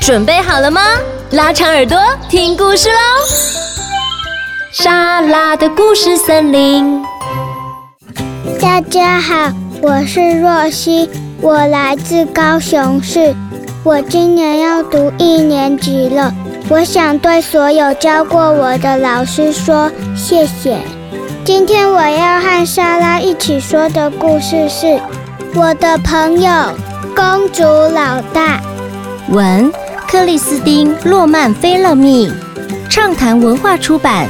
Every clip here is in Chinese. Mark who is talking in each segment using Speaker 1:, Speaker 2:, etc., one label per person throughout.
Speaker 1: 准备好了吗？拉长耳朵听故事喽！莎拉的故事森林，
Speaker 2: 大家好，我是若曦，我来自高雄市，我今年要读一年级了。我想对所有教过我的老师说谢谢。今天我要和莎拉一起说的故事是《我的朋友公主老大》。
Speaker 1: 文：克里斯汀·洛曼菲勒密，畅谈文化出版。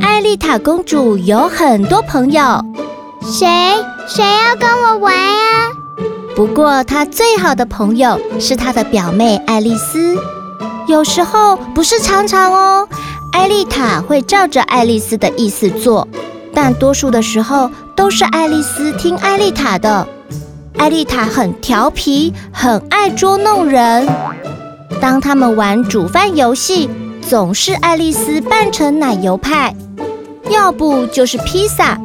Speaker 1: 艾丽塔公主有很多朋友，
Speaker 2: 谁谁要跟我哎玩呀、啊？
Speaker 1: 不过她最好的朋友是她的表妹爱丽丝。有时候不是常常哦，艾丽塔会照着爱丽丝的意思做，但多数的时候。都是爱丽丝听艾丽塔的。艾丽塔很调皮，很爱捉弄人。当他们玩煮饭游戏，总是爱丽丝扮成奶油派，要不就是披萨，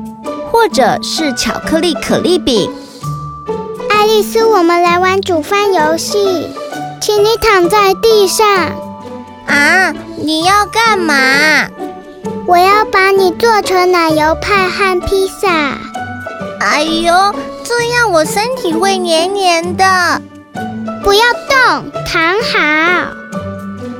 Speaker 1: 或者是巧克力可丽饼。
Speaker 2: 爱丽丝，我们来玩煮饭游戏，请你躺在地上。
Speaker 3: 啊，你要干嘛？
Speaker 2: 我要把你做成奶油派和披萨。
Speaker 3: 哎呦，这样我身体会黏黏的。
Speaker 2: 不要动，躺好。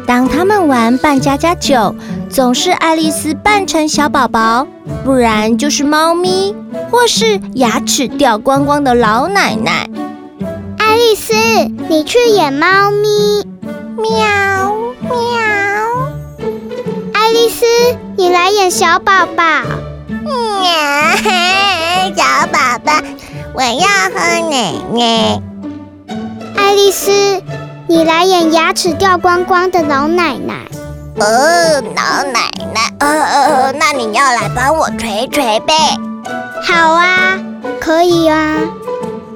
Speaker 1: 当他们玩扮家家酒，总是爱丽丝扮成小宝宝，不然就是猫咪，或是牙齿掉光光的老奶奶。
Speaker 2: 爱丽丝，你去演猫咪。
Speaker 3: 喵喵。
Speaker 2: 爱丽丝，你来演小宝宝。
Speaker 3: 嗯，小宝宝，我要喝奶奶。
Speaker 2: 爱丽丝，你来演牙齿掉光光的老奶奶。
Speaker 3: 哦，老奶奶，呃呃呃，那你要来帮我捶捶背。
Speaker 2: 好啊，可以啊。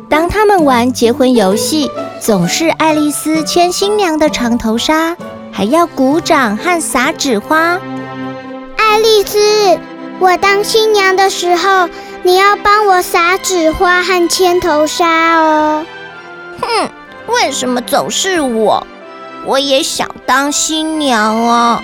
Speaker 1: 当他们玩结婚游戏，总是爱丽丝牵新娘的长头纱。还要鼓掌和撒纸花。
Speaker 2: 爱丽丝，我当新娘的时候，你要帮我撒纸花和牵头纱哦。
Speaker 3: 哼，为什么总是我？我也想当新娘哦。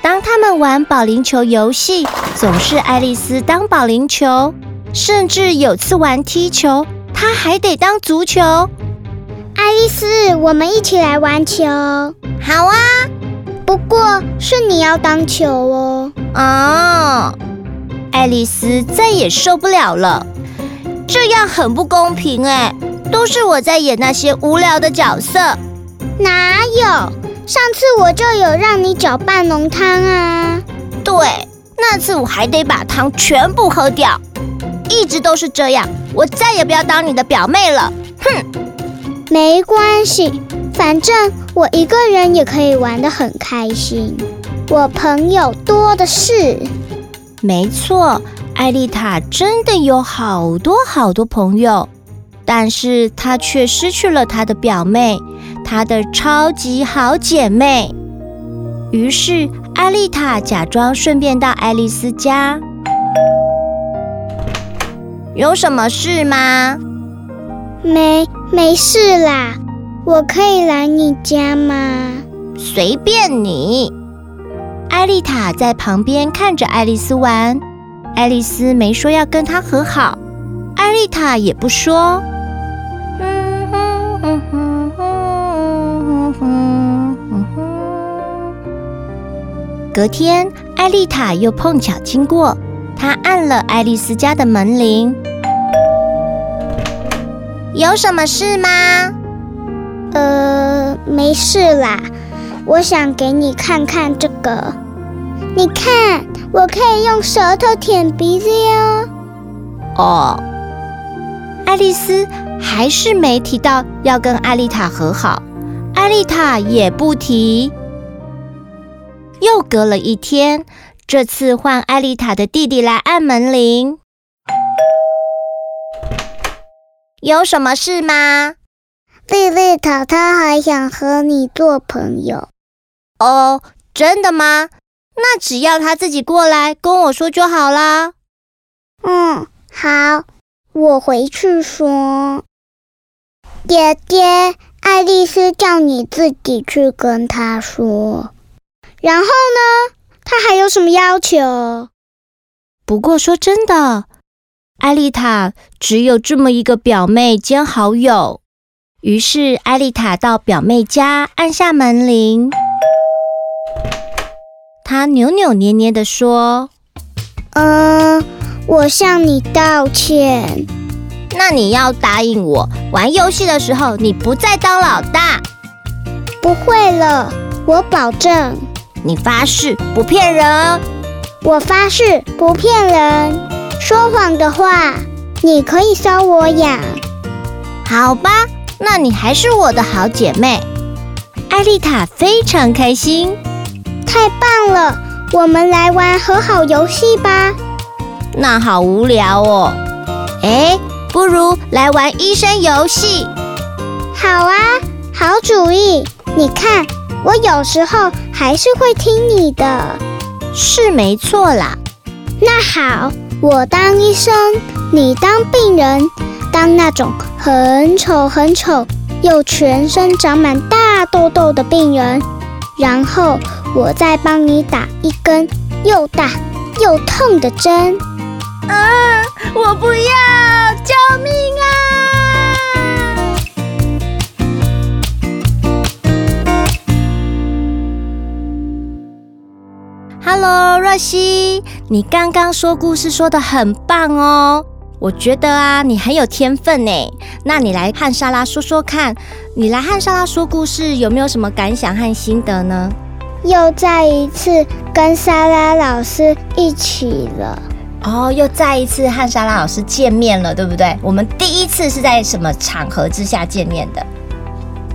Speaker 1: 当他们玩保龄球游戏，总是爱丽丝当保龄球，甚至有次玩踢球，她还得当足球。
Speaker 2: 爱丽丝，我们一起来玩球。
Speaker 3: 好啊，
Speaker 2: 不过是你要当球哦。
Speaker 3: 哦，
Speaker 1: 爱丽丝再也受不了了，
Speaker 3: 这样很不公平哎，都是我在演那些无聊的角色。
Speaker 2: 哪有？上次我就有让你搅拌浓汤啊。
Speaker 3: 对，那次我还得把汤全部喝掉。一直都是这样，我再也不要当你的表妹了。哼。
Speaker 2: 没关系，反正我一个人也可以玩得很开心，我朋友多的是。
Speaker 1: 没错，艾丽塔真的有好多好多朋友，但是她却失去了她的表妹，她的超级好姐妹。于是，艾丽塔假装顺便到爱丽丝家，
Speaker 3: 有什么事吗？
Speaker 2: 没没事啦，我可以来你家吗？
Speaker 3: 随便你。
Speaker 1: 艾丽塔在旁边看着爱丽丝玩，爱丽丝没说要跟她和好，艾丽塔也不说。嗯哼嗯哼嗯哼嗯哼。隔天，艾丽塔又碰巧经过，她按了爱丽丝家的门铃。
Speaker 3: 有什么事吗？
Speaker 2: 呃，没事啦。我想给你看看这个，你看，我可以用舌头舔鼻子哟。
Speaker 1: 哦，爱丽丝还是没提到要跟艾丽塔和好，艾丽塔也不提。又隔了一天，这次换艾丽塔的弟弟来按门铃。
Speaker 3: 有什么事吗？
Speaker 2: 丽丽塔，她还想和你做朋友。
Speaker 3: 哦，真的吗？那只要她自己过来跟我说就好啦。
Speaker 2: 嗯，好。我回去说：“爹爹，爱丽丝叫你自己去跟她说。”然后呢？她还有什么要求？
Speaker 4: 不过说真的，艾丽塔只有这么一个表妹兼好友，于是艾丽塔到表妹家按下门铃。她扭扭捏捏地说
Speaker 2: 嗯、我向你道歉。：“
Speaker 1: 那你要答应我，玩游戏的时候你不再当老大，
Speaker 2: 不会了，我保证，
Speaker 1: 你发誓不骗人哦。
Speaker 2: 我发誓不骗人。说谎的话，你可以搔我痒。
Speaker 1: 好吧，那你还是我的好姐妹。”
Speaker 4: 艾丽塔非常开心。
Speaker 2: 太棒了，我们来玩和好游戏吧。
Speaker 1: 那好无聊哦。哎，不如来玩医生游戏。
Speaker 2: 好啊，好主意。你看，我有时候还是会听你的。
Speaker 1: 是没错啦，
Speaker 2: 那好，我当医生，你当病人，当那种很丑很丑又全身长满大痘痘的病人，然后我再帮你打一根又大又痛的针。
Speaker 1: 我不要，救命啊！
Speaker 4: Hello，若曦，你刚刚说故事说的很棒哦，我觉得啊，你很有天分呢。那你来和莎拉说说看，你来和莎拉说故事有没有什么感想和心得呢？
Speaker 2: 又再一次跟莎拉老师一起了。
Speaker 1: 哦，又再一次和莎拉老师见面了，对不对？我们第一次是在什么场合之下见面的？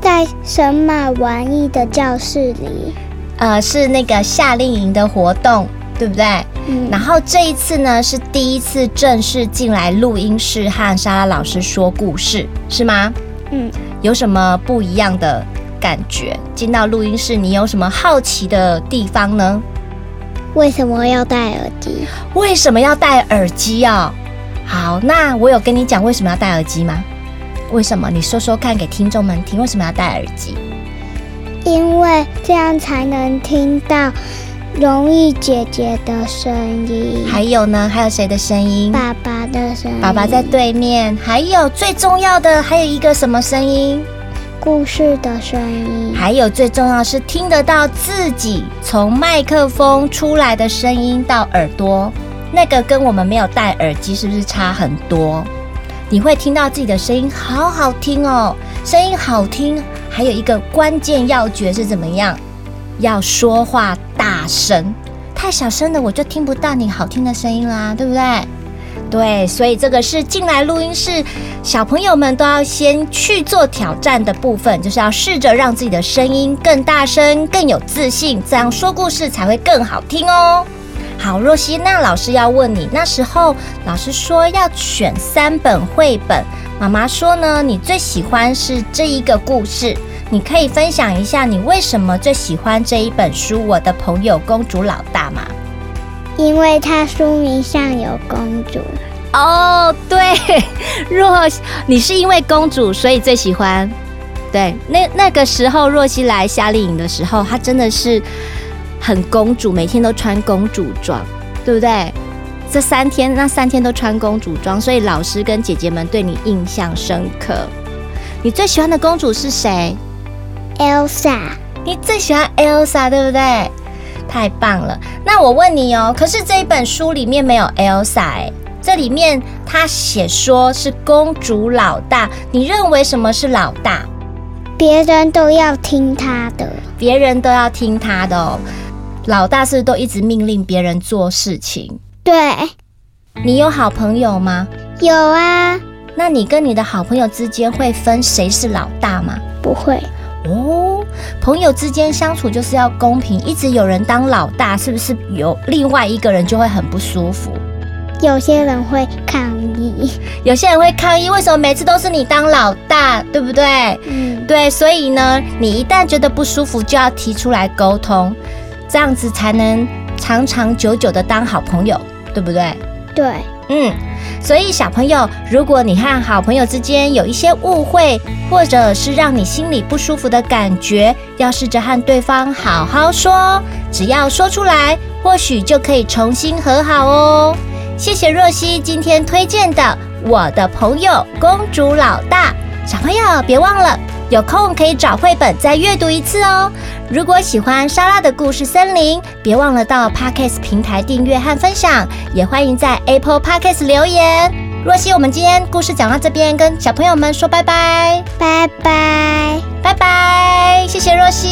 Speaker 2: 在神马玩意的教室里，
Speaker 1: 呃，是那个夏令营的活动，对不对？
Speaker 2: 嗯
Speaker 1: 然后这一次呢，是第一次正式进来录音室和莎拉老师说故事，是吗？
Speaker 2: 嗯，
Speaker 1: 有什么不一样的感觉？进到录音室，你有什么好奇的地方呢？
Speaker 2: 为什么要戴耳机？
Speaker 1: 为什么要戴耳机哦？好，那我有跟你讲为什么要戴耳机吗？为什么？你说说看给听众们听，为什么要戴耳机？
Speaker 2: 因为这样才能听到容易姐姐的声音，
Speaker 1: 还有呢？还有谁的声音？
Speaker 2: 爸爸的声音，
Speaker 1: 爸爸在对面。还有最重要的，还有一个什么声音？
Speaker 2: 故事的声音，
Speaker 1: 还有最重要是听得到自己从麦克风出来的声音到耳朵，那个跟我们没有戴耳机是不是差很多？你会听到自己的声音，好好听哦，声音好听。还有一个关键要诀是怎么样？要说话大声，太小声的我就听不到你好听的声音啦，对不对？对，所以这个是进来录音室，小朋友们都要先去做挑战的部分，就是要试着让自己的声音更大声、更有自信，这样说故事才会更好听哦。好，若曦，那老师要问你，那时候老师说要选三本绘本，妈妈说呢，你最喜欢是这一个故事，你可以分享一下你为什么最喜欢这一本书《我的朋友公主老大》吗？
Speaker 2: 因为它书名上有公主，
Speaker 4: 哦，对，若你是因为公主所以最喜欢。对，那那个时候若曦来夏令营的时候，她真的是很公主，每天都穿公主装，对不对？这三天那三天都穿公主装，所以老师跟姐姐们对你印象深刻。你最喜欢的公主是谁？
Speaker 2: Elsa
Speaker 1: 你最喜欢 Elsa 对不对？太棒了！那我问你哦，可是这一本书里面没有 Elsa 哎，这里面他写说是公主老大，你认为什么是老大？
Speaker 2: 别人都要听她的，
Speaker 1: 别人都要听他的哦，老大是不是都一直命令别人做事情。
Speaker 2: 对，
Speaker 1: 你有好朋友吗？
Speaker 2: 有啊，
Speaker 1: 那你跟你的好朋友之间会分谁是老大吗？
Speaker 2: 不会，
Speaker 1: 哦，朋友之间相处就是要公平，一直有人当老大，是不是有另外一个人就会很不舒服？
Speaker 2: 有些人会抗议，
Speaker 1: 有些人会抗议，为什么每次都是你当老大，对不对？
Speaker 2: 嗯，
Speaker 1: 对，所以呢，你一旦觉得不舒服，就要提出来沟通，这样子才能长长久久的当好朋友，对不对？
Speaker 2: 对，
Speaker 1: 嗯，所以小朋友，如果你和好朋友之间有一些误会，或者是让你心里不舒服的感觉，要试着和对方好好说，只要说出来，或许就可以重新和好哦。谢谢若曦今天推荐的《我的朋友公主老大》，小朋友别忘了有空可以找绘本再阅读一次哦。如果喜欢莎拉的故事森林，别忘了到 Podcast 平台订阅和分享，也欢迎在 Apple Podcast 留言。若曦，我们今天故事讲到这边，跟小朋友们说拜拜，
Speaker 2: 拜拜。
Speaker 1: 拜拜，谢谢若曦。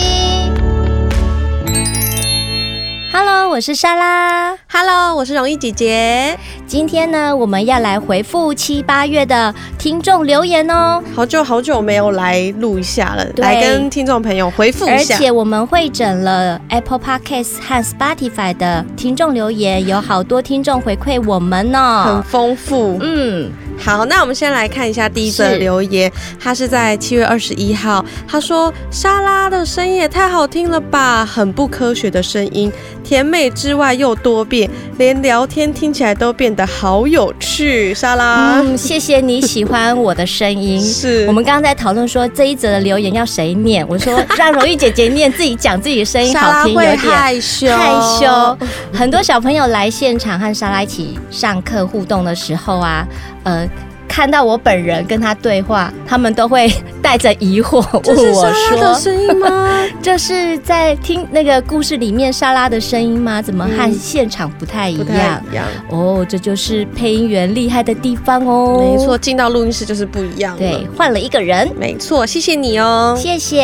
Speaker 1: Hello，我是莎拉。
Speaker 5: Hello，我是容易姐姐，
Speaker 1: 今天呢，我们要来回复七八月的听众留言哦，
Speaker 5: 好久好久没有来录一下了，
Speaker 1: 对
Speaker 5: 来跟听众朋友回复
Speaker 1: 而
Speaker 5: 一下。
Speaker 1: 且我们会整了 Apple Podcast 和 Spotify 的听众留言，有好多听众回馈我们
Speaker 5: 很
Speaker 1: 呢、
Speaker 5: 丰富。
Speaker 1: 嗯，
Speaker 5: 好，那我们先来看一下第一则
Speaker 1: 是
Speaker 5: 留言，他是在七月二十一号，他说：“莎拉的声音也太好听了吧，很不科学的声音，甜美之外又多变，连聊天听起来都变得好有趣。”莎拉、
Speaker 1: 嗯，谢谢你喜欢我的声音。
Speaker 5: 是
Speaker 1: 我们刚刚在讨论说这一则的留言要谁念，我 说让容易姐姐念，自己讲自己的声音
Speaker 5: 莎
Speaker 1: 好
Speaker 5: 拉
Speaker 1: 听，有
Speaker 5: 会
Speaker 1: 点
Speaker 5: 害羞，
Speaker 1: 害羞。很多小朋友来现场和莎拉一起上课互动的时候啊，呃，看到我本人跟他对话，他们都会带着疑惑
Speaker 5: 这
Speaker 1: 问
Speaker 5: 是
Speaker 1: 我
Speaker 5: 莎拉的
Speaker 1: 说
Speaker 5: 声音吗？：“
Speaker 1: 这是在听那个故事里面莎拉的声音吗？怎么和
Speaker 5: 嗯
Speaker 1: 现场不太一
Speaker 5: 不太
Speaker 1: 样？”
Speaker 5: 一样。
Speaker 1: 哦，这就是配音员厉害的地方哦。
Speaker 5: 没错，，进到录音室就是不一样了。
Speaker 1: 对，，换了一个人。
Speaker 5: 没错，谢谢你哦。
Speaker 1: 谢谢。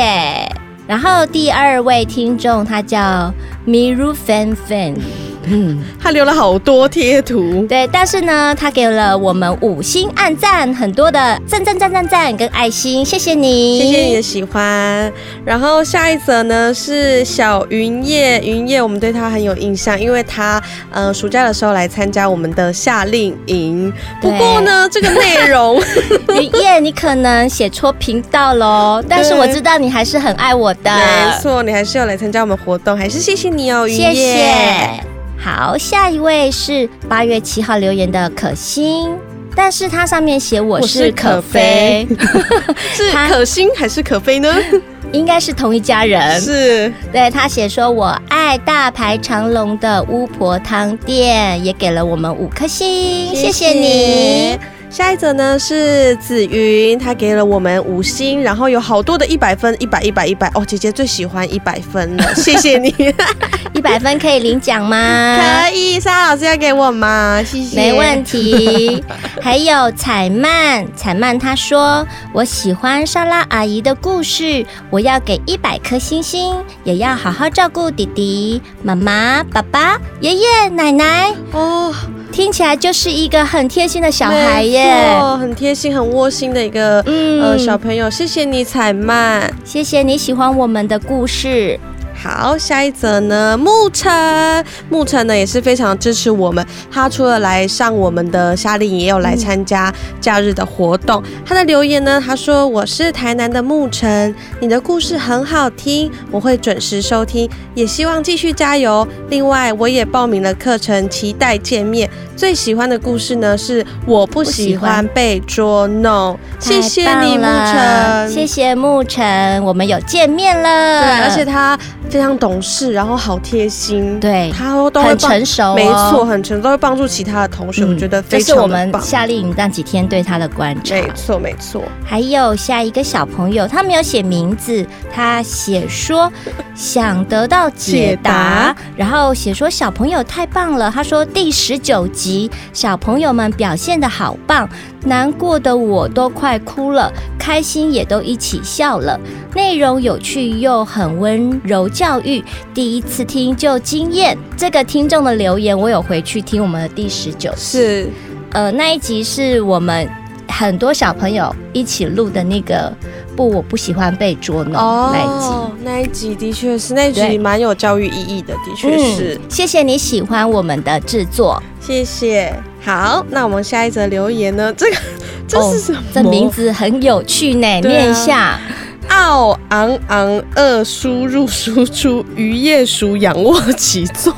Speaker 1: 然后第二位听众他叫 Miru Fan Fan，嗯，
Speaker 5: 他留了好多贴图，
Speaker 1: 对，但是呢，他给了我们五星暗赞，很多的赞赞赞赞赞跟爱心，谢谢你，
Speaker 5: 谢谢你的喜欢。然后下一则呢是小云叶，云叶我们对她很有印象，因为她呃暑假的时候来参加我们的夏令营。不过呢，这个内容
Speaker 1: 云叶，你可能写错频道喽，但是我知道你还是很爱我
Speaker 5: 没
Speaker 1: 的，
Speaker 5: 错，你还是有来参加我们活动，还是谢谢你哦，云
Speaker 1: 谢
Speaker 5: 叶。
Speaker 1: 谢。好，下一位是八月七号留言的可心，但是它上面写我
Speaker 5: 我
Speaker 1: 是
Speaker 5: 是
Speaker 1: 可
Speaker 5: 可
Speaker 1: 菲
Speaker 5: 菲，是
Speaker 1: 她
Speaker 5: 可心还是可菲呢？
Speaker 1: 应该是同一家人，
Speaker 5: 是
Speaker 1: 对他写说：“我爱大排长龙的巫婆汤店，也给了我们五颗星，谢谢你。。
Speaker 5: 下一则呢是紫云，她给了我们五星，然后有好多的一百分，一百一百一百哦，姐姐最喜欢一百分 了，谢谢你。
Speaker 1: 一百分可以领奖吗
Speaker 5: 可？以，沙老师要给我吗？谢谢，
Speaker 1: 啊没问 题。还有彩曼，彩曼她说：我喜欢莎拉阿姨的故事，我要给一百颗星星，也要好好照顾弟弟、妈妈、爸爸、爷爷奶奶。
Speaker 5: 哦，
Speaker 1: 听起来就是一个很贴心的小孩
Speaker 5: 没
Speaker 1: 耶。
Speaker 5: 错很贴心、很窝心的一个、
Speaker 1: 嗯
Speaker 5: 呃小朋友，谢谢你，彩曼。
Speaker 1: 谢谢你喜欢我们的故事。”
Speaker 5: 好，下一则呢，沐晨，沐晨呢也是非常支持我们。他除了来上我们的夏令营，也有来参加假日的活动。他的留言呢，他说：“我是台南的沐晨，你的故事很好听，我会准时收听，也希望继续加油。另外，我也报名了课程，期待见面。最喜欢的故事呢，是我不喜欢被捉弄。谢谢你，
Speaker 1: 太棒
Speaker 5: 沐
Speaker 1: 了
Speaker 5: 晨，
Speaker 1: 谢谢沐晨，我们有见面了。
Speaker 5: 对，而且他非常懂事，然后好贴心，
Speaker 1: 对
Speaker 5: 他都会
Speaker 1: 很
Speaker 5: 帮
Speaker 1: 成熟、哦，嗯
Speaker 5: 没错，很成熟，都会帮助其他的同学，我觉得非
Speaker 1: 这是
Speaker 5: 常
Speaker 1: 我
Speaker 5: 的
Speaker 1: 们
Speaker 5: 棒。
Speaker 1: 夏令营那几天对他的观察。
Speaker 5: 没错，没错，
Speaker 1: 还有下一个小朋友，他没有写名字，他写说想得到解答，
Speaker 5: 解答
Speaker 1: 然后写说小朋友太棒了。他说第十九集小朋友们表现的好棒，难过的我都快哭了，开心也都一起笑了。内容有趣又很温柔教育，第一次听就惊艳。这个听众的留言我有回去听我们的第十九集。
Speaker 5: 是
Speaker 1: 呃，那一集是我们很多小朋友一起录的那个“不，我不喜欢被捉弄”那一集。
Speaker 5: 哦，那一集的确是那一
Speaker 1: 对嗯
Speaker 5: 集蛮有教育意义的，的确是，
Speaker 1: 谢谢你喜欢我们的制作。
Speaker 5: 谢谢。好，那我们下一
Speaker 1: 哦
Speaker 5: 则留言呢？这个这是什么？
Speaker 1: 这名字很有趣呢，
Speaker 5: 对啊
Speaker 1: 念一下。
Speaker 5: 奥昂昂二输入输出渔业属仰卧起坐，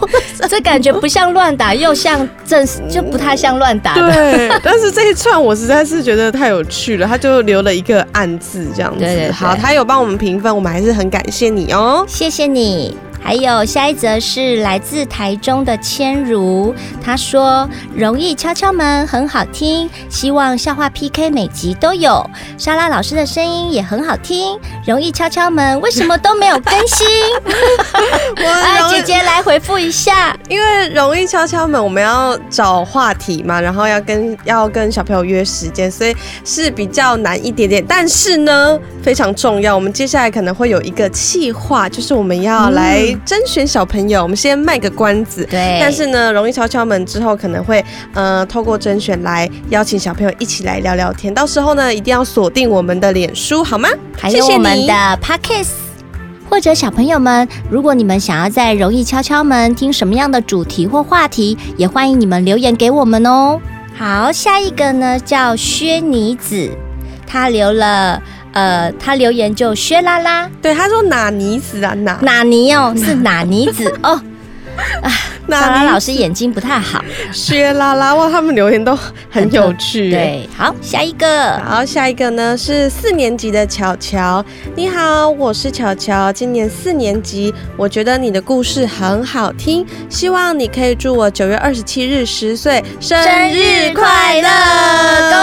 Speaker 1: 这感觉不像乱打，又像正，就不太像乱打的。
Speaker 5: 对，但是这一串我实在是觉得太有趣了，他就留了一个暗字这样子。
Speaker 1: 对对对
Speaker 5: 好，他有帮我们评分，我们还是很感谢 你哦。
Speaker 1: 谢谢你。还有下一则是来自台中的千如，她说：“容易敲敲门很好听，希望笑话 PK 每集都有。莎拉老师的声音也很好听，容易敲敲门为什么都没有更新？
Speaker 5: 嗯哎
Speaker 1: 啊，姐姐来回复一下。
Speaker 5: 因为容易敲敲门，我们要找话题嘛，然后要跟要跟小朋友约时间，所以是比较难一点点。但是呢，非常重要。我们接下来可能会有一个计划，就是我们要来
Speaker 1: 嗯
Speaker 5: 甄选小朋友。我们先卖个关子。
Speaker 1: 对，
Speaker 5: 但是呢，容易敲敲门之后，可能会呃透过甄选来邀请小朋友一起来聊聊天。到时候呢，一定要锁定我们的脸书，好吗？
Speaker 1: 还有
Speaker 5: 谢谢
Speaker 1: 我们
Speaker 5: 你
Speaker 1: 的 Pockets。或者小朋友们，如果你们想要在容易敲敲门听什么样的主题或话题，也欢迎你们留言给我们哦。好，下一个呢叫薛妮子，她留了呃，她留言就薛拉拉
Speaker 5: 对，他说哪尼子啊 哪
Speaker 1: 哪尼哦，是哪妮子 哦。莎拉
Speaker 5: 哪
Speaker 1: 老
Speaker 5: 尼
Speaker 1: 师眼睛不太好，
Speaker 5: 薛啦啦哇，他们留言都很有趣。。
Speaker 1: 对，好，下一个
Speaker 5: 好，下一个呢是四年级的巧巧。你好，我是巧巧，今年四年级。我觉得你的故事很好听，希望你可以祝我九月二十七日十岁生日快乐，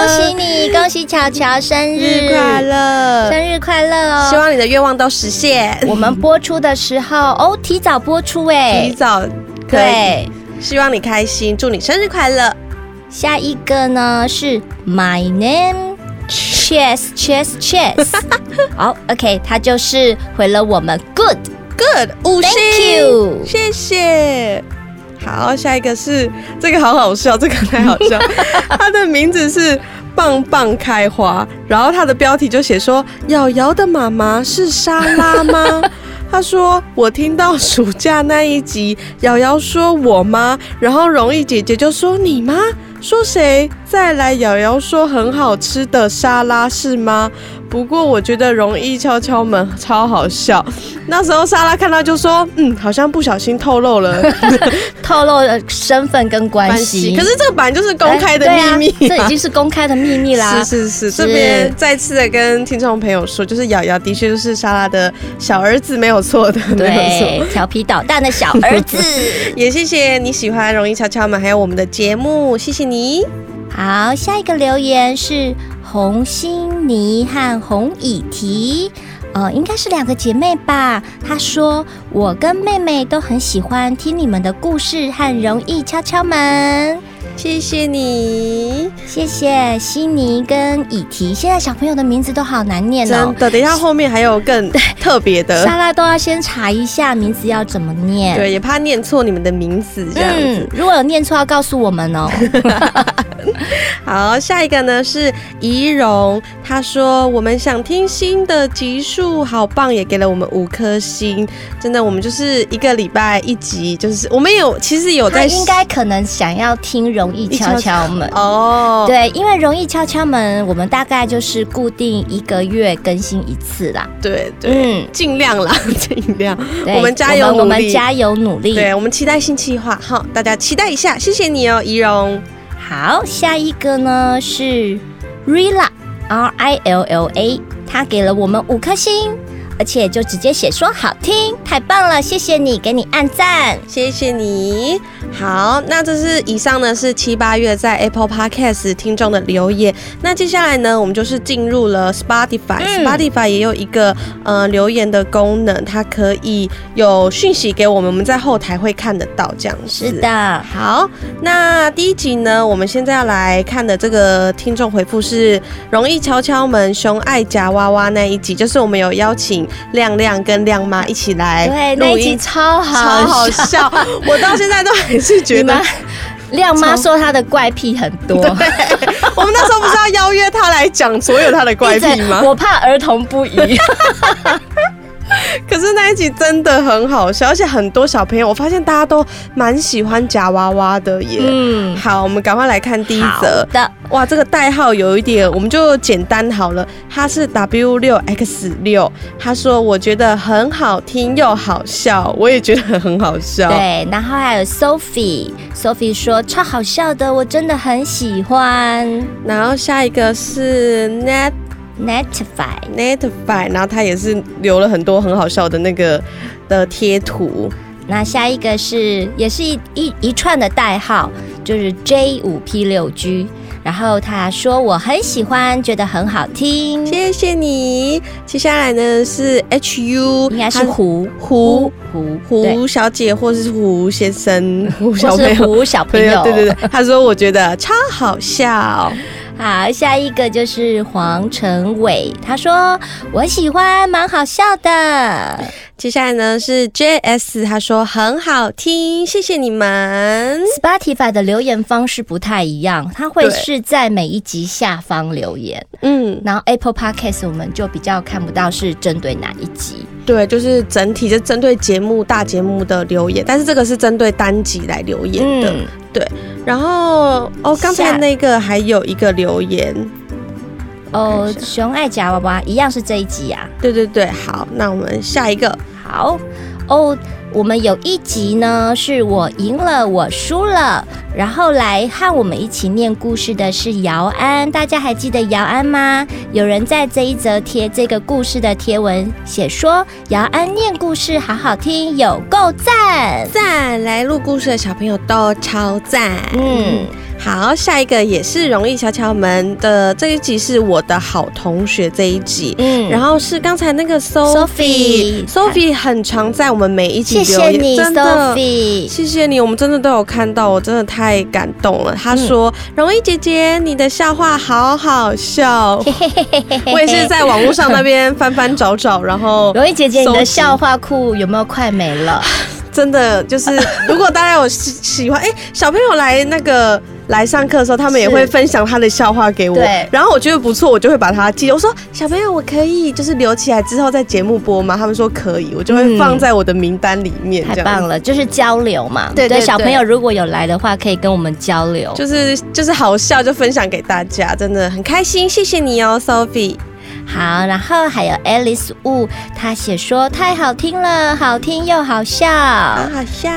Speaker 1: 恭喜你，恭喜巧巧生
Speaker 5: 日快乐，
Speaker 1: 生日快乐哦！
Speaker 5: 希望你的愿望都实现，
Speaker 1: 我们播出的时候哦，提早播出
Speaker 5: 提
Speaker 1: 哎，
Speaker 5: 早可以。
Speaker 1: 对，
Speaker 5: 希望你开心，祝你生日快乐。
Speaker 1: 下一个呢是 My Name Chess Chess Chess，好，OK，他 就是回了我们 Good，Thank
Speaker 5: Good，五星。
Speaker 1: you，
Speaker 5: 谢谢。好，下一个是这个好好笑，这个太好笑。它的名字是棒棒开花，然后它的标题就写说：“瑶瑶的妈妈是莎拉吗？” 他说：“我听到暑假那一集，瑶瑶说我妈，然后容易姐姐就说你妈，说谁？再来瑶瑶说很好吃的沙拉是吗？不过我觉得容易敲敲门超好笑。那时候莎拉看到就说，嗯，好像不小心透露了
Speaker 1: 透露了身份跟关
Speaker 5: 关
Speaker 1: 系，
Speaker 5: 系。可是这个本来就是公开的
Speaker 1: 哎
Speaker 5: 秘密、
Speaker 1: 对啊这已经是公开的秘密啦。
Speaker 5: 是是是，
Speaker 1: 是
Speaker 5: 这边再次的跟听众朋友说，就是瑶瑶的确就是莎拉的小儿子，没有错的，没有错。
Speaker 1: 对，调皮捣蛋的小儿子。
Speaker 5: 也谢谢你喜欢《容易敲敲门》，还有我们的节目，谢谢你。
Speaker 1: 好，下一个留言是红心妮和红以提，呃，应该是两个姐妹吧。她说：“我跟妹妹都很喜欢听你们的故事和容易敲敲门。
Speaker 5: 谢谢你，”
Speaker 1: 谢谢悉尼跟以提，现在小朋友的名字都好难念哦
Speaker 5: 真。的，等一下后面还有更特别 的，
Speaker 1: 莎拉都要先查一下名字要怎么念。
Speaker 5: 对，也怕念错你们的名字这样子。
Speaker 1: 嗯，如果有念错要告诉我们哦。
Speaker 5: 好，下一个呢是怡蓉，她说我们想听新的集数，好棒，也给了我们五颗星。真的，我们就是一个礼拜一集，就是我们有其实有
Speaker 1: 她
Speaker 5: 在
Speaker 1: 应该可能想要听容易敲敲门。
Speaker 5: 哦，
Speaker 1: 对，因为容易敲敲门，我们大概就是固定一个月更新一次啦。
Speaker 5: 对对，
Speaker 1: 嗯，
Speaker 5: 尽量啦，尽量。
Speaker 1: 对
Speaker 5: 我们加油
Speaker 1: 我们我
Speaker 5: 努
Speaker 1: 们
Speaker 5: 力。
Speaker 1: 加油努力。
Speaker 5: 对，我们期待新计划，好，大家期待一下，谢谢你哦，怡蓉。
Speaker 1: 好，下一个呢是 Rilla R I L L A，他给了我们五颗星，而且就直接写说好听，太棒了，谢谢你，给你按赞。
Speaker 5: 谢谢你。好，那这是以上呢是七八月在 Apple Podcast 听众的留言。那接下来呢，我们就是进入了 Spotify，Spotify、
Speaker 1: 嗯
Speaker 5: Spotify 也有一个呃留言的功能，它可以有讯息给我们，我们在后台会看得到这样子。
Speaker 1: 是。的，
Speaker 5: 好，那第一集呢，我们现在要来看的这个听众回复是《容易敲敲门》熊爱夹娃娃那一集，就是我们有邀请亮亮跟亮妈一起来
Speaker 1: 对，那
Speaker 5: 录
Speaker 1: 一集
Speaker 5: 音
Speaker 1: 超
Speaker 5: 超
Speaker 1: 好
Speaker 5: 好
Speaker 1: 笑。
Speaker 5: 笑，我到现在都还是觉得
Speaker 1: 你，亮妈
Speaker 5: 超
Speaker 1: 说她的怪癖很多，
Speaker 5: 我们那时候不是要邀约他来讲所有他的怪
Speaker 1: 一
Speaker 5: 癖
Speaker 1: 直
Speaker 5: 吗？
Speaker 1: 我怕儿童不宜。
Speaker 5: 可是那一集真的很好笑，而且很多小朋友，我发现大家都蛮喜欢夹娃娃的耶。
Speaker 1: 嗯，
Speaker 5: 好，我们赶快来看第一
Speaker 1: 好
Speaker 5: 则。
Speaker 1: 的，
Speaker 5: 哇，这个代号有一点，我们就简单好了。他是 W 六 X 六，他说我觉得很好听又好笑，我也觉得很好笑。
Speaker 1: 对，然后还有 Sophie，Sophie 说超好笑的，我真的很喜欢
Speaker 5: 然后下一个是 Net
Speaker 1: Netify。
Speaker 5: Netify，然后他也是留了很多很好笑的那个的贴图。
Speaker 1: 那下一个是也是一一一串的代号，就是 J 五 P 六 G。然后他说我很喜欢，觉得很好听，
Speaker 5: 谢谢你。接下来呢是 H U，
Speaker 1: 应该是胡
Speaker 5: 胡
Speaker 1: 胡对
Speaker 5: 胡小姐或是胡 先生、胡小
Speaker 1: 或
Speaker 5: 朋
Speaker 1: 是
Speaker 5: 友。
Speaker 1: 胡小朋
Speaker 5: 对啊
Speaker 1: 友。
Speaker 5: 对对对，他说我觉得超好笑。
Speaker 1: 好，下一个就是黄晨伟，他说我喜欢，蛮好笑的。
Speaker 5: 接下来呢是 J S，他说很好听，谢谢你们。
Speaker 1: Spotify 的留言方式不太一样，它会
Speaker 5: 对
Speaker 1: 是在每一集下方留言，
Speaker 5: 嗯，
Speaker 1: 然后 Apple Podcast 我们就比较看不到是针对哪一集。
Speaker 5: 对，就是整体就针对节目大节目的留言，但是这个是针对单集来留言的。
Speaker 1: 嗯
Speaker 5: 然后哦，刚才
Speaker 1: 下
Speaker 5: 那个还有一个留言，
Speaker 1: 哦，熊爱夹娃娃一样是这一集啊。
Speaker 5: 对对对，好，那我们下一个，
Speaker 1: 好，哦，我们有一集呢是我赢了，我输了，然后来和我们一起念故事的是姚安，大家还记得姚安吗？有人在这一则贴这个故事的贴文写说，姚安念故事好好听，有够赞。
Speaker 5: 赞，来录故事的小朋友都超赞。
Speaker 1: 嗯，
Speaker 5: 好，下一个也是容易敲敲门的这一集是我的好同学这一集，
Speaker 1: 嗯
Speaker 5: 然后是刚才那个 Sophie，Sophie
Speaker 1: Sophie
Speaker 5: 很常在我们每一集
Speaker 1: 谢
Speaker 5: 留
Speaker 1: 谢
Speaker 5: 言，
Speaker 1: 你
Speaker 5: 真的。
Speaker 1: ，Sophie。
Speaker 5: 谢谢你，我们真的都有看到，我真的太感动
Speaker 1: 嗯
Speaker 5: 了。她说：“容易姐姐，你的笑话好好 笑。”我也是在网络上那边翻翻找找，然后
Speaker 1: 容易姐姐，你
Speaker 5: 收集
Speaker 1: 的笑话库有没有快没 了？
Speaker 5: 真的就是， 如果大家有喜喜欢，哎、小朋友来那个来上课的时候，他们也
Speaker 1: 是
Speaker 5: 会分享他的笑话给我
Speaker 1: 对，
Speaker 5: 然后我觉得不错，我就会把它记。我说小朋友，我可以就是留起来之后在节目播吗？他们说可以，我就会
Speaker 1: 嗯
Speaker 5: 放在我的名单里面。
Speaker 1: 太
Speaker 5: 这样
Speaker 1: 棒了，就是交流嘛。
Speaker 5: 对对对
Speaker 1: 小朋友如果有来的话，可以跟我们交流。
Speaker 5: 就是就是好笑，就分享给大家，真的很开心，谢谢你哦，Sophie。
Speaker 1: 好，然后还有 Alice Wu，她写说太好听了，好听又好笑。
Speaker 5: 好啊好笑，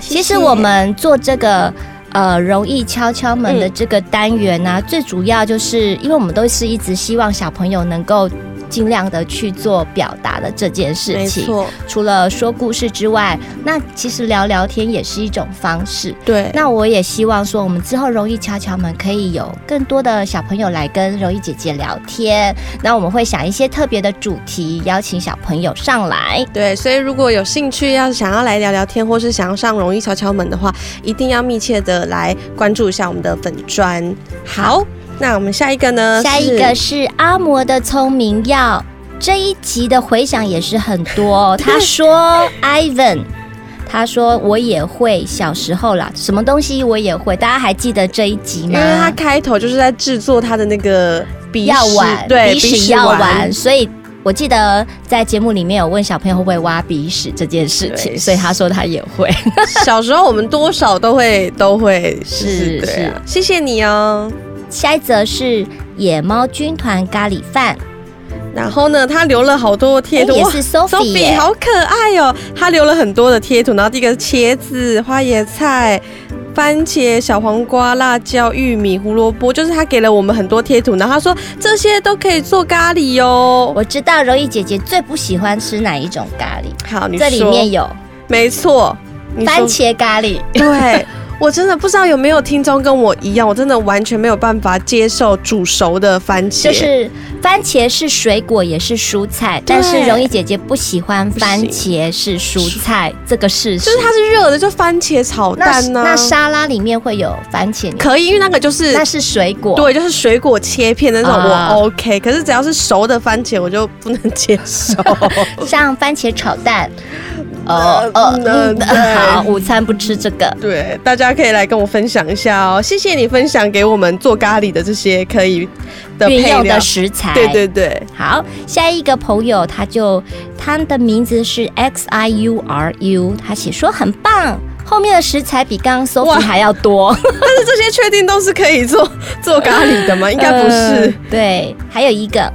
Speaker 5: 谢谢
Speaker 1: 其实我们做这个。呃，容易敲敲门的这个单元呢、啊
Speaker 5: 嗯
Speaker 1: 最主要就是因为我们都是一直希望小朋友能够尽量的去做表达的这件事
Speaker 5: 没
Speaker 1: 情。
Speaker 5: 错，
Speaker 1: 除了说故事之外，那其实聊聊天也是一种方式。
Speaker 5: 对，
Speaker 1: 那我也希望说，我们之后容易敲敲门可以有更多的小朋友来跟容易姐姐聊天。那我们会想一些特别的主题，邀请小朋友上来。
Speaker 5: 对，所以如果有兴趣要想要来聊聊天，或是想要上容易敲敲门的话，一定要密切的来关注一下我们的粉砖。好，那我们下一个呢？
Speaker 1: 下一个是阿嬷的聪明药，这一集的回响也是很多、哦。他说 Ivan。他说：“我也会，小时候啦，什么东西我也会。大家还记得这一集
Speaker 5: 因
Speaker 1: 吗？
Speaker 5: 为它开头就是在制作它的那个鼻
Speaker 1: 药
Speaker 5: 屎
Speaker 1: 丸，
Speaker 5: 对，
Speaker 1: 鼻屎药丸，，所以。我记得在节目里面有问小朋友会不会挖鼻屎这件事
Speaker 5: 对
Speaker 1: 情，所以他说他也会。
Speaker 5: 小时候我们多少都会都会，就是
Speaker 1: 是
Speaker 5: 对啊，谢谢你哦。
Speaker 1: 下一则是野猫军团咖喱饭，
Speaker 5: 然后呢，他留了好多贴图，
Speaker 1: 哎诶也
Speaker 5: 哇
Speaker 1: 是 Sophie 耶
Speaker 5: 好可爱哦、他留了很多的贴图，然后第一个是茄子、花椰菜、番茄、小黄瓜、辣椒、玉米、胡萝卜，就是他给了我们很多贴图，然后他说这些都可以做咖喱哦、
Speaker 1: 我知道柔易姐姐最不喜欢吃哪一种咖喱，
Speaker 5: 好，你说
Speaker 1: 这里面有
Speaker 5: 没错，你说
Speaker 1: 番茄咖喱，
Speaker 5: 对。我真的不知道有没有听众跟我一样，我真的完全没有办法接受煮熟的番茄，
Speaker 1: 就是番茄是水果也是蔬菜，但是柔易姐姐不喜欢番茄是蔬菜这个事实
Speaker 5: 就。是它是热的，就番茄炒
Speaker 1: 那
Speaker 5: 蛋呢、啊
Speaker 1: 那沙拉里面会有番茄，
Speaker 5: 可以，因为那个就是
Speaker 1: 那是水果。
Speaker 5: 对，就是水果切片的那种
Speaker 1: 啊
Speaker 5: 我 OK，、可 是只要是熟的番茄我就不能接受。
Speaker 1: 像番茄炒蛋，哦哦，
Speaker 5: 嗯
Speaker 1: 嗯
Speaker 5: 对
Speaker 1: 好，午餐不吃这个。
Speaker 5: 对，大家可以来跟我分享一下哦，谢谢你分享给我们做咖喱的这些可以的
Speaker 1: 运
Speaker 5: 配
Speaker 1: 用
Speaker 5: 料
Speaker 1: 的。食材，
Speaker 5: 对对对，
Speaker 1: 好，下一个朋友他就他的名字是 X I U R U，他写说很棒，后面的食材比刚刚 Sophie
Speaker 5: 哇
Speaker 1: 还要多，
Speaker 5: 但是这些确定都是可以做做咖喱的吗？应该不是
Speaker 1: 呃。 对，还有一个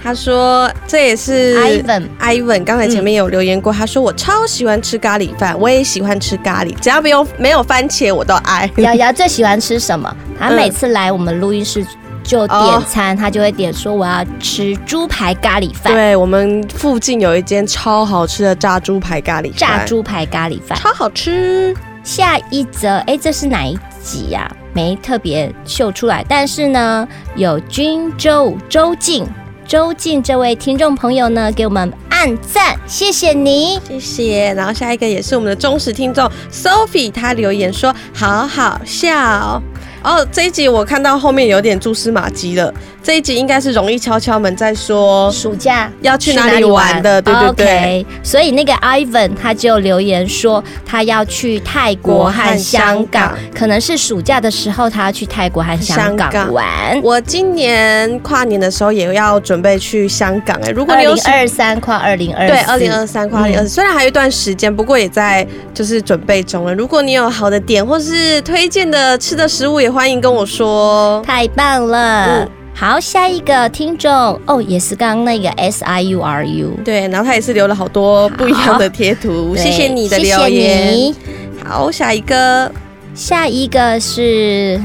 Speaker 5: 他说这也是
Speaker 1: Ivan，
Speaker 5: Ivan 嗯刚才前面有留言过，他说我超喜欢吃咖喱饭，我也喜欢吃咖喱，只要没有没有番茄我都爱。
Speaker 1: 瑶瑶最喜欢吃什么？她
Speaker 5: 嗯
Speaker 1: 每次来我们录音室就点餐，她就会点说我要吃猪排咖喱饭，
Speaker 5: 对我们附近有一间超好吃的炸猪排咖喱饭，
Speaker 1: 炸猪排咖喱饭。
Speaker 5: 超好吃。
Speaker 1: 下一则，哎，这是哪一集呀、没特别秀出来，但是呢，有君周周静周静这位听众朋友呢，给我们按赞，谢谢你。
Speaker 5: 谢谢。然后下一个也是我们的忠实听众 Sophie，她留言说：“好好笑哦。”哦，这一集我看到后面有点蛛丝马迹了。这一集应该是容易敲敲门在说
Speaker 1: 暑假
Speaker 5: 要去哪里玩的，对对对
Speaker 1: OK，所以那个 Ivan 他就留言说他要去泰国和香港
Speaker 5: 国和香，港
Speaker 1: 可能是暑假的时候他要去泰国和香
Speaker 5: 香港
Speaker 1: 港玩。
Speaker 5: 我今年跨年的时候也要准备去香港哎、如果
Speaker 1: 二
Speaker 5: 你有
Speaker 1: 零二三跨二零二
Speaker 5: 对二零二三跨二零
Speaker 1: 嗯
Speaker 5: 二四，虽然还有一段时间，不过也在就是准备中了。如果你有好的点或是推荐的吃的食物，也欢迎跟我说哦。
Speaker 1: 太棒了！
Speaker 5: 嗯
Speaker 1: 好，下一个听众哦，也是刚刚那个 S I U R U，
Speaker 5: 对，然后他也是留了好多不一样的贴图，
Speaker 1: 对
Speaker 5: 谢谢你的
Speaker 1: 谢谢
Speaker 5: 留言。
Speaker 1: 你
Speaker 5: 好，下一个
Speaker 1: 下一个 是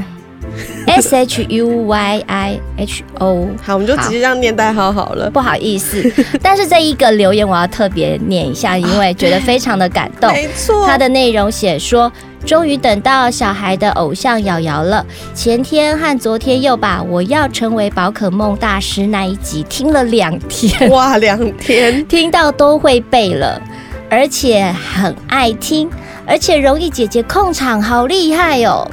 Speaker 1: S H U Y I H O，
Speaker 5: 好，我们就直接让念代号好了。
Speaker 1: 不好意思， 但是这一个留言我要特别念一下，因为觉得非常的感动。
Speaker 5: 没错，
Speaker 1: 它的内容写说。终于等到小孩的偶像瑶瑶了。前天和昨天又把我要成为宝可梦大师那一集听了两天，
Speaker 5: 哇，两天
Speaker 1: 听到都会背了，而且很爱听，而且容易姐姐控场好厉害 哦，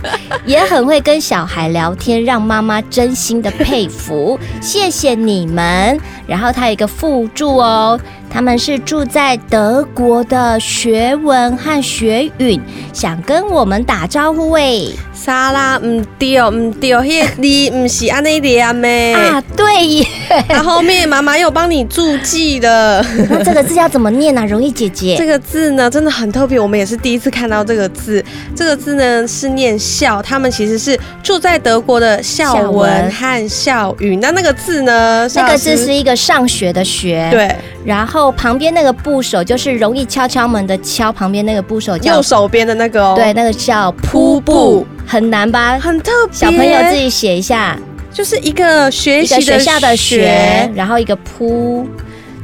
Speaker 1: 也很会跟小孩聊天，让妈妈真心的佩服，谢谢你们。然后他有一个附注哦，他们是住在德国的学文和学允，想跟我们打招呼哎、
Speaker 5: 沙拉唔掉唔哦掉，嘿，你唔是安内念 咩？
Speaker 1: 啊，对耶，
Speaker 5: 他后面妈妈又帮你注记了。
Speaker 1: 那这个字要怎么念啊？容易姐姐
Speaker 5: 这个字呢，真的很特别，我们也是第一次看到这个字。这个字呢是念孝，他们其实是住在德国的孝
Speaker 1: 孝
Speaker 5: 文
Speaker 1: 文
Speaker 5: 和孝允。那那个字呢？
Speaker 1: 那
Speaker 5: 邵
Speaker 1: 个
Speaker 5: 老
Speaker 1: 字
Speaker 5: 师
Speaker 1: 是一个上学的学，。
Speaker 5: 对，
Speaker 1: 然后旁边那个部首就是容易敲敲门的敲，旁边那个部首叫
Speaker 5: 右手边的那个哦，
Speaker 1: 对，，那个叫
Speaker 5: 瀑
Speaker 1: 瀑
Speaker 5: 布
Speaker 1: 布，很难吧？
Speaker 5: 很特别。
Speaker 1: 小朋友自己写一下，
Speaker 5: 就是一个学
Speaker 1: 一
Speaker 5: 习
Speaker 1: 个
Speaker 5: 的
Speaker 1: 学校的学，然后一个扑，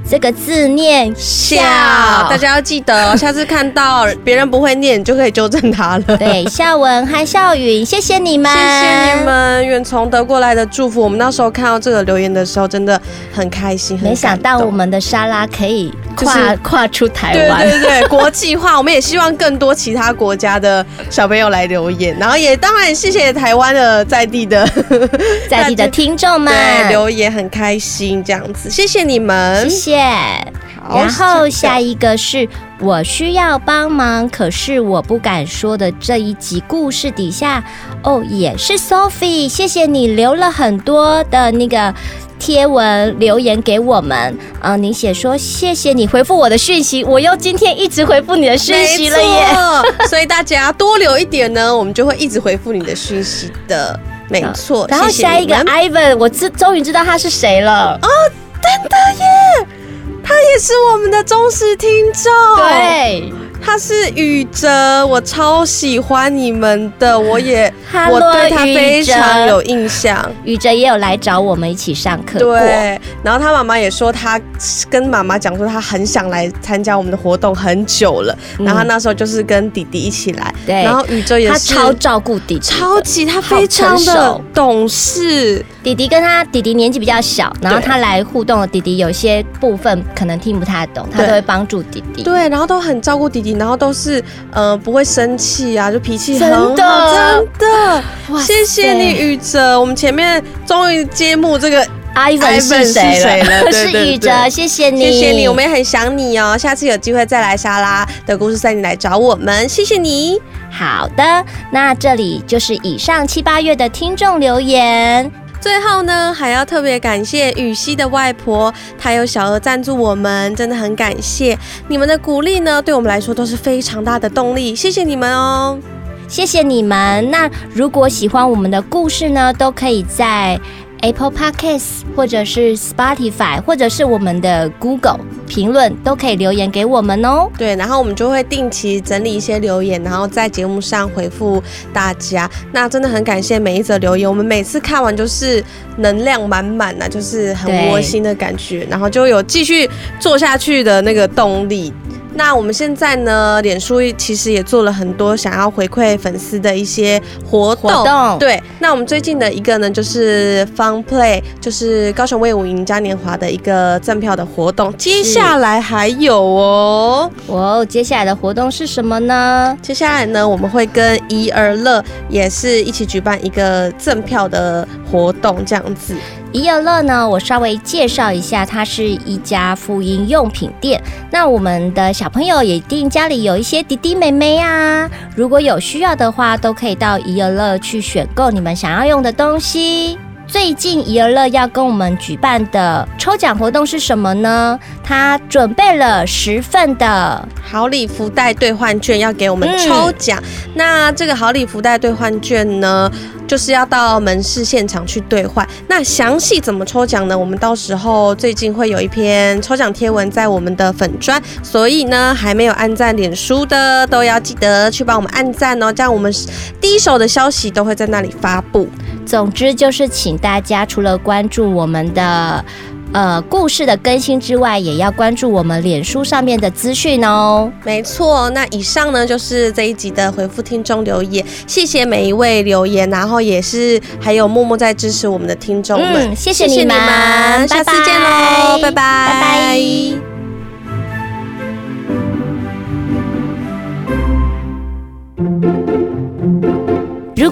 Speaker 1: 这个字念
Speaker 5: 校，大家要记 得哦，下次看到别人不会念，你就可以纠正他了。
Speaker 1: 对，孝文和孝允，谢谢你们，
Speaker 5: 谢谢你。们远从德国来的祝福。我们那时候看到这个留言的时候，真的很开心，很
Speaker 1: 没想
Speaker 5: 感
Speaker 1: 到
Speaker 5: 动
Speaker 1: 我们的沙拉可以跨、
Speaker 5: 就是
Speaker 1: 跨出台
Speaker 5: 对
Speaker 1: 湾，
Speaker 5: 对对，国际化，我们也希望更多其他国家的小朋友来留言，然后也当然谢谢台湾的在地 的
Speaker 1: 在地的听众们，
Speaker 5: 对留言，很开心这样子，谢谢你们
Speaker 1: 谢。谢。
Speaker 5: 嗯好
Speaker 1: 然后下
Speaker 5: 一
Speaker 1: 一个是我需要帮忙，可是我不敢说的这一集故事底下，哦，也是 Sophie，谢谢你留了很多的那个贴文留言给我们。呃，你写说谢谢你回复我的讯息，我又今天一直回复你的讯息了耶。
Speaker 5: 没错所以大家多留一点呢，我们就会一直回复你的讯息的。没错，
Speaker 1: 然后
Speaker 5: 谢谢
Speaker 1: 下一个
Speaker 5: 你们哦
Speaker 1: Ivan，我知终于知道他是谁了。
Speaker 5: 他也是我们的忠实听众，，
Speaker 1: 对，
Speaker 5: 他是宇哲，我超喜欢你们的，我也
Speaker 1: 哈
Speaker 5: 我
Speaker 1: 洛
Speaker 5: 对他非
Speaker 1: 宇哲
Speaker 5: 常有印象。
Speaker 1: 宇哲也有来找我们一起上课过。
Speaker 5: 对，然后他妈妈也说，他跟妈妈讲说，他很想来参加我们的活动很久了。然后他那时候就是跟弟弟一起来，
Speaker 1: 对
Speaker 5: 然后宇宙也
Speaker 1: 他
Speaker 5: 是
Speaker 1: 超照顾弟弟的，
Speaker 5: 超级，他非常
Speaker 1: 好成
Speaker 5: 的
Speaker 1: 熟
Speaker 5: 懂事，
Speaker 1: 弟弟跟他弟弟年纪比较小，然后
Speaker 5: 对
Speaker 1: 他来互动的弟弟有些部分可能听不太懂，他
Speaker 5: 对
Speaker 1: 都会帮助弟弟。
Speaker 5: 对，然后都很照顾弟弟，然后都是呃不会生气啊，就脾气很好，
Speaker 1: 真的
Speaker 5: 真的
Speaker 1: 哇
Speaker 5: 谢谢你宇哲，我们前面终于揭幕这个
Speaker 4: ，Ivan 是谁了？
Speaker 5: 了对对
Speaker 4: 是
Speaker 5: 对
Speaker 4: 宇哲，谢谢你，
Speaker 5: 谢谢你，我们也很想你哦。下次有机会再来莎拉的故事赛，你来找我们，谢谢你。
Speaker 1: 好的，那这里就是以上七八月的听众留言，
Speaker 5: 最后呢，还要特别感谢雨熙的外婆，她有小额赞助我们，真的很感谢你们的鼓励呢，对我们来说都是非常大的动力，谢谢你们哦。
Speaker 1: 谢谢你们。那如果喜欢我们的故事呢，都可以在 Apple Podcasts 或者是 Spotify 或者是我们的 Google 评论都可以留言给我们哦。
Speaker 5: 对，然后我们就会定期整理一些留言，然后在节目上回复大家。那真的很感谢每一则留言，我们每次看完就是能量满满啊，就是很
Speaker 1: 对
Speaker 5: 窝心的感觉，然后就有继续做下去的那个动力。那我们现在呢，脸书其实也做了很多想要回馈粉丝的一些活动。
Speaker 1: 活动
Speaker 5: 对，那我们最近的一个呢，就是 Fun Play，就是高雄威武赢嘉年华的一个赠票的活动。接下来还有哦，
Speaker 1: 哦，接下来的活动是什么呢？
Speaker 5: 接下来呢，我们会跟怡儿乐也是一起举办一个赠票的活动，这样子。
Speaker 1: 怡尔乐呢，我稍微介绍一下，它是一家妇婴用品店。那我们的小朋友也一定家里有一些弟弟妹妹啊，如果有需要的话，都可以到怡尔乐去选购你们想要用的东西。最近怡儿乐要跟我们举办的抽奖活动是什么呢？他准备了十份的
Speaker 5: 好礼福袋兑换券要给我们抽奖，那这个好礼福袋兑换券呢，就是要到门市现场去兑换。那详细怎么抽奖呢？我们到时候最近会有一篇抽奖贴文在我们的粉砖，所以呢，还没有按赞脸书的都要记得去帮我们按赞哦，这样我们第一手的消息都会在那里发布。
Speaker 1: 总之就是，请大家除了关注我们的呃故事的更新之外，也要关注我们脸书上面的资讯哦。
Speaker 5: 没错，那以上呢就是这一集的回复听众留言，谢谢每一位留言，然后也是还有默默在支持我们的听众们，
Speaker 1: 嗯谢谢你们拜
Speaker 5: 下次
Speaker 1: 拜
Speaker 5: 见喽，拜拜，
Speaker 1: 拜拜
Speaker 4: 如